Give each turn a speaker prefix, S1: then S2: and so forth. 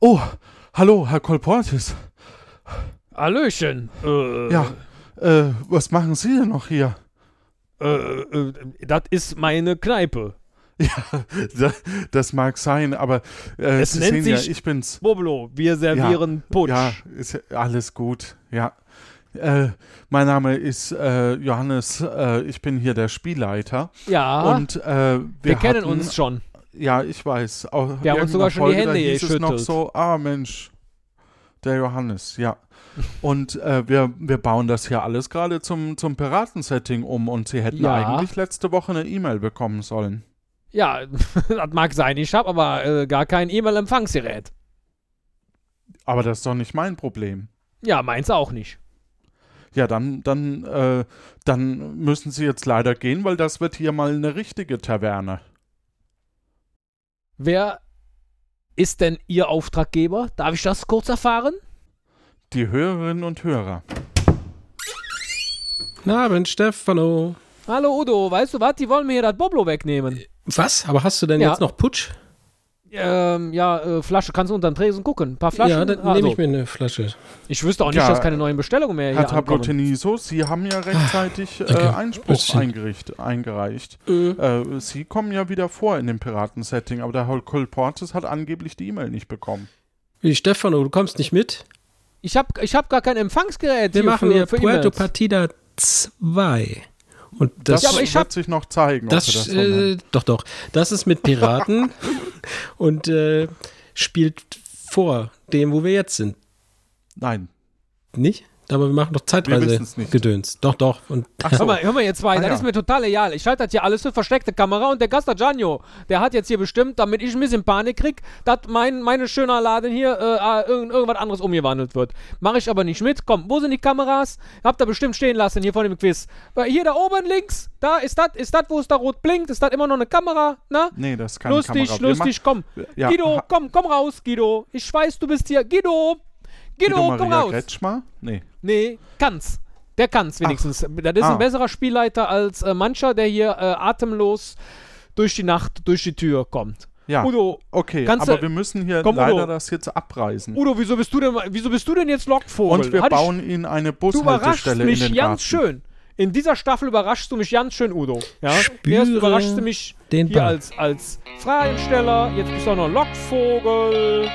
S1: Oh, hallo, Herr Kolportis.
S2: Hallöchen. Äh,
S1: Ja, äh, was machen Sie denn noch hier?
S2: Äh, äh, das ist meine Kneipe.
S1: Ja, da- das mag sein, aber äh,
S2: Es
S1: Sie sehen
S2: nennt sich-
S1: ja, ich bin's.
S2: Boblo, wir servieren Putsch.
S1: Ja, ist ja alles gut, ja. Äh, mein Name ist äh, Johannes, äh, ich bin hier der Spielleiter.
S2: Ja,
S1: Und äh, wir,
S2: Ah, wir kennen
S1: hatten,
S2: uns schon.
S1: Ja, ich weiß. Auch
S2: Wir haben uns sogar
S1: irgendeiner
S2: schon die
S1: Folge, da
S2: Hände
S1: hieß es noch
S2: geschüttelt.
S1: so, ah Mensch, der Johannes, ja. Und äh, wir, wir bauen das hier alles gerade zum, zum Piratensetting um und sie hätten
S2: Ja.
S1: eigentlich letzte Woche eine E-Mail bekommen sollen.
S2: Ja, das mag sein. Ich habe aber äh, gar kein E-Mail-Empfangsgerät.
S1: Aber das ist doch nicht mein Problem.
S2: Ja, meins auch nicht.
S1: Ja, dann, dann, äh, dann müssen sie jetzt leider gehen, weil das wird hier mal eine richtige Taverne.
S2: Wer ist denn Ihr Auftraggeber? Darf ich das kurz erfahren?
S1: Die Hörerinnen und Hörer.
S3: Guten Abend, Stefano.
S2: Hallo Udo, weißt du was? Die wollen mir hier das Boblo wegnehmen.
S3: Was? Aber hast du denn
S2: Ja.
S3: jetzt noch Putsch?
S2: Ähm, ja, äh, Flasche, kannst du unter den Tresen gucken? Ein paar Flaschen?
S3: ja, dann
S2: Also,
S3: nehme ich mir eine Flasche.
S2: Ich wüsste auch nicht,
S1: Ja,
S2: dass keine neuen Bestellungen mehr
S1: Herr
S2: hier ankommen.
S1: Tabloteniso, Sie haben ja rechtzeitig äh,
S3: danke.
S1: Einspruch
S3: Bisschen.
S1: eingericht, eingereicht.
S2: Mhm.
S1: Äh, Sie kommen ja wieder vor in dem Piratensetting, aber der Herr Colportes hat angeblich die E-Mail nicht bekommen.
S3: Wie, Stefano, du kommst nicht mit?
S2: Ich hab, ich hab gar kein Empfangsgerät
S3: Wir
S2: hier
S3: machen
S2: für,
S3: hier
S2: für
S3: Puerto
S2: E-Mails.
S3: Partida 2. Und das,
S2: Ja, aber ich hab-
S1: wird sich noch zeigen. ob
S3: das,
S1: wir so nennen.
S3: äh, doch, doch. Das ist mit Piraten und äh, spielt vor dem, wo wir jetzt sind.
S1: Nein.
S3: Nicht? Aber wir machen doch Zeitreise
S1: wissen's nicht.
S3: gedöns. Doch, doch. Und
S1: Ach
S2: Hör
S1: so.
S2: mal, hör mal jetzt mal,
S1: Ah,
S2: das
S1: ja.
S2: ist mir total egal. Ich halte das hier alles für versteckte Kamera und der Castagnano, der hat jetzt hier bestimmt, damit ich ein bisschen Panik krieg, dass mein meine schöner Laden hier äh, ah, irgend, irgendwas anderes umgewandelt wird. Mache ich aber nicht mit. Komm, wo sind die Kameras? Habt ihr bestimmt stehen lassen hier vor dem Quiz. Äh, Hier da oben links, da ist das, ist das, wo es da rot blinkt, ist das immer noch eine Kamera, na?
S1: Nee, das ist keine
S2: lustig,
S1: Kamera. Wir
S2: lustig, komm.
S1: machen- Ja,
S2: Guido,
S1: ha-
S2: komm, komm raus, Guido. Ich weiß, du bist hier. Guido, Guido,
S1: Guido
S2: komm
S1: Maria
S2: raus.
S1: Kretschmer? Nee.
S2: Nee, kann's. Der kann's wenigstens. Das ist
S1: Ah.
S2: ein besserer Spielleiter als äh, mancher, der hier äh, atemlos durch die Nacht, durch die Tür kommt.
S1: Ja.
S2: Udo,
S1: Okay,
S2: Kannst
S1: aber
S2: du-
S1: wir müssen hier
S2: Komm, Udo.
S1: leider das jetzt abreißen.
S2: Udo, wieso bist du denn, wieso bist du denn jetzt Lockvogel?
S1: Und wir
S2: Hat ich-
S1: bauen Ihnen eine
S2: du überraschst
S1: Bushaltestelle in
S2: mich
S1: den
S2: ganz
S1: Garten.
S2: schön. In dieser Staffel überraschst du mich ganz schön, Udo. Ja?
S3: Spüre
S2: Erst überraschst du mich
S3: den
S2: hier
S3: Ball.
S2: als, als Fragensteller, jetzt bist du auch noch Lockvogel.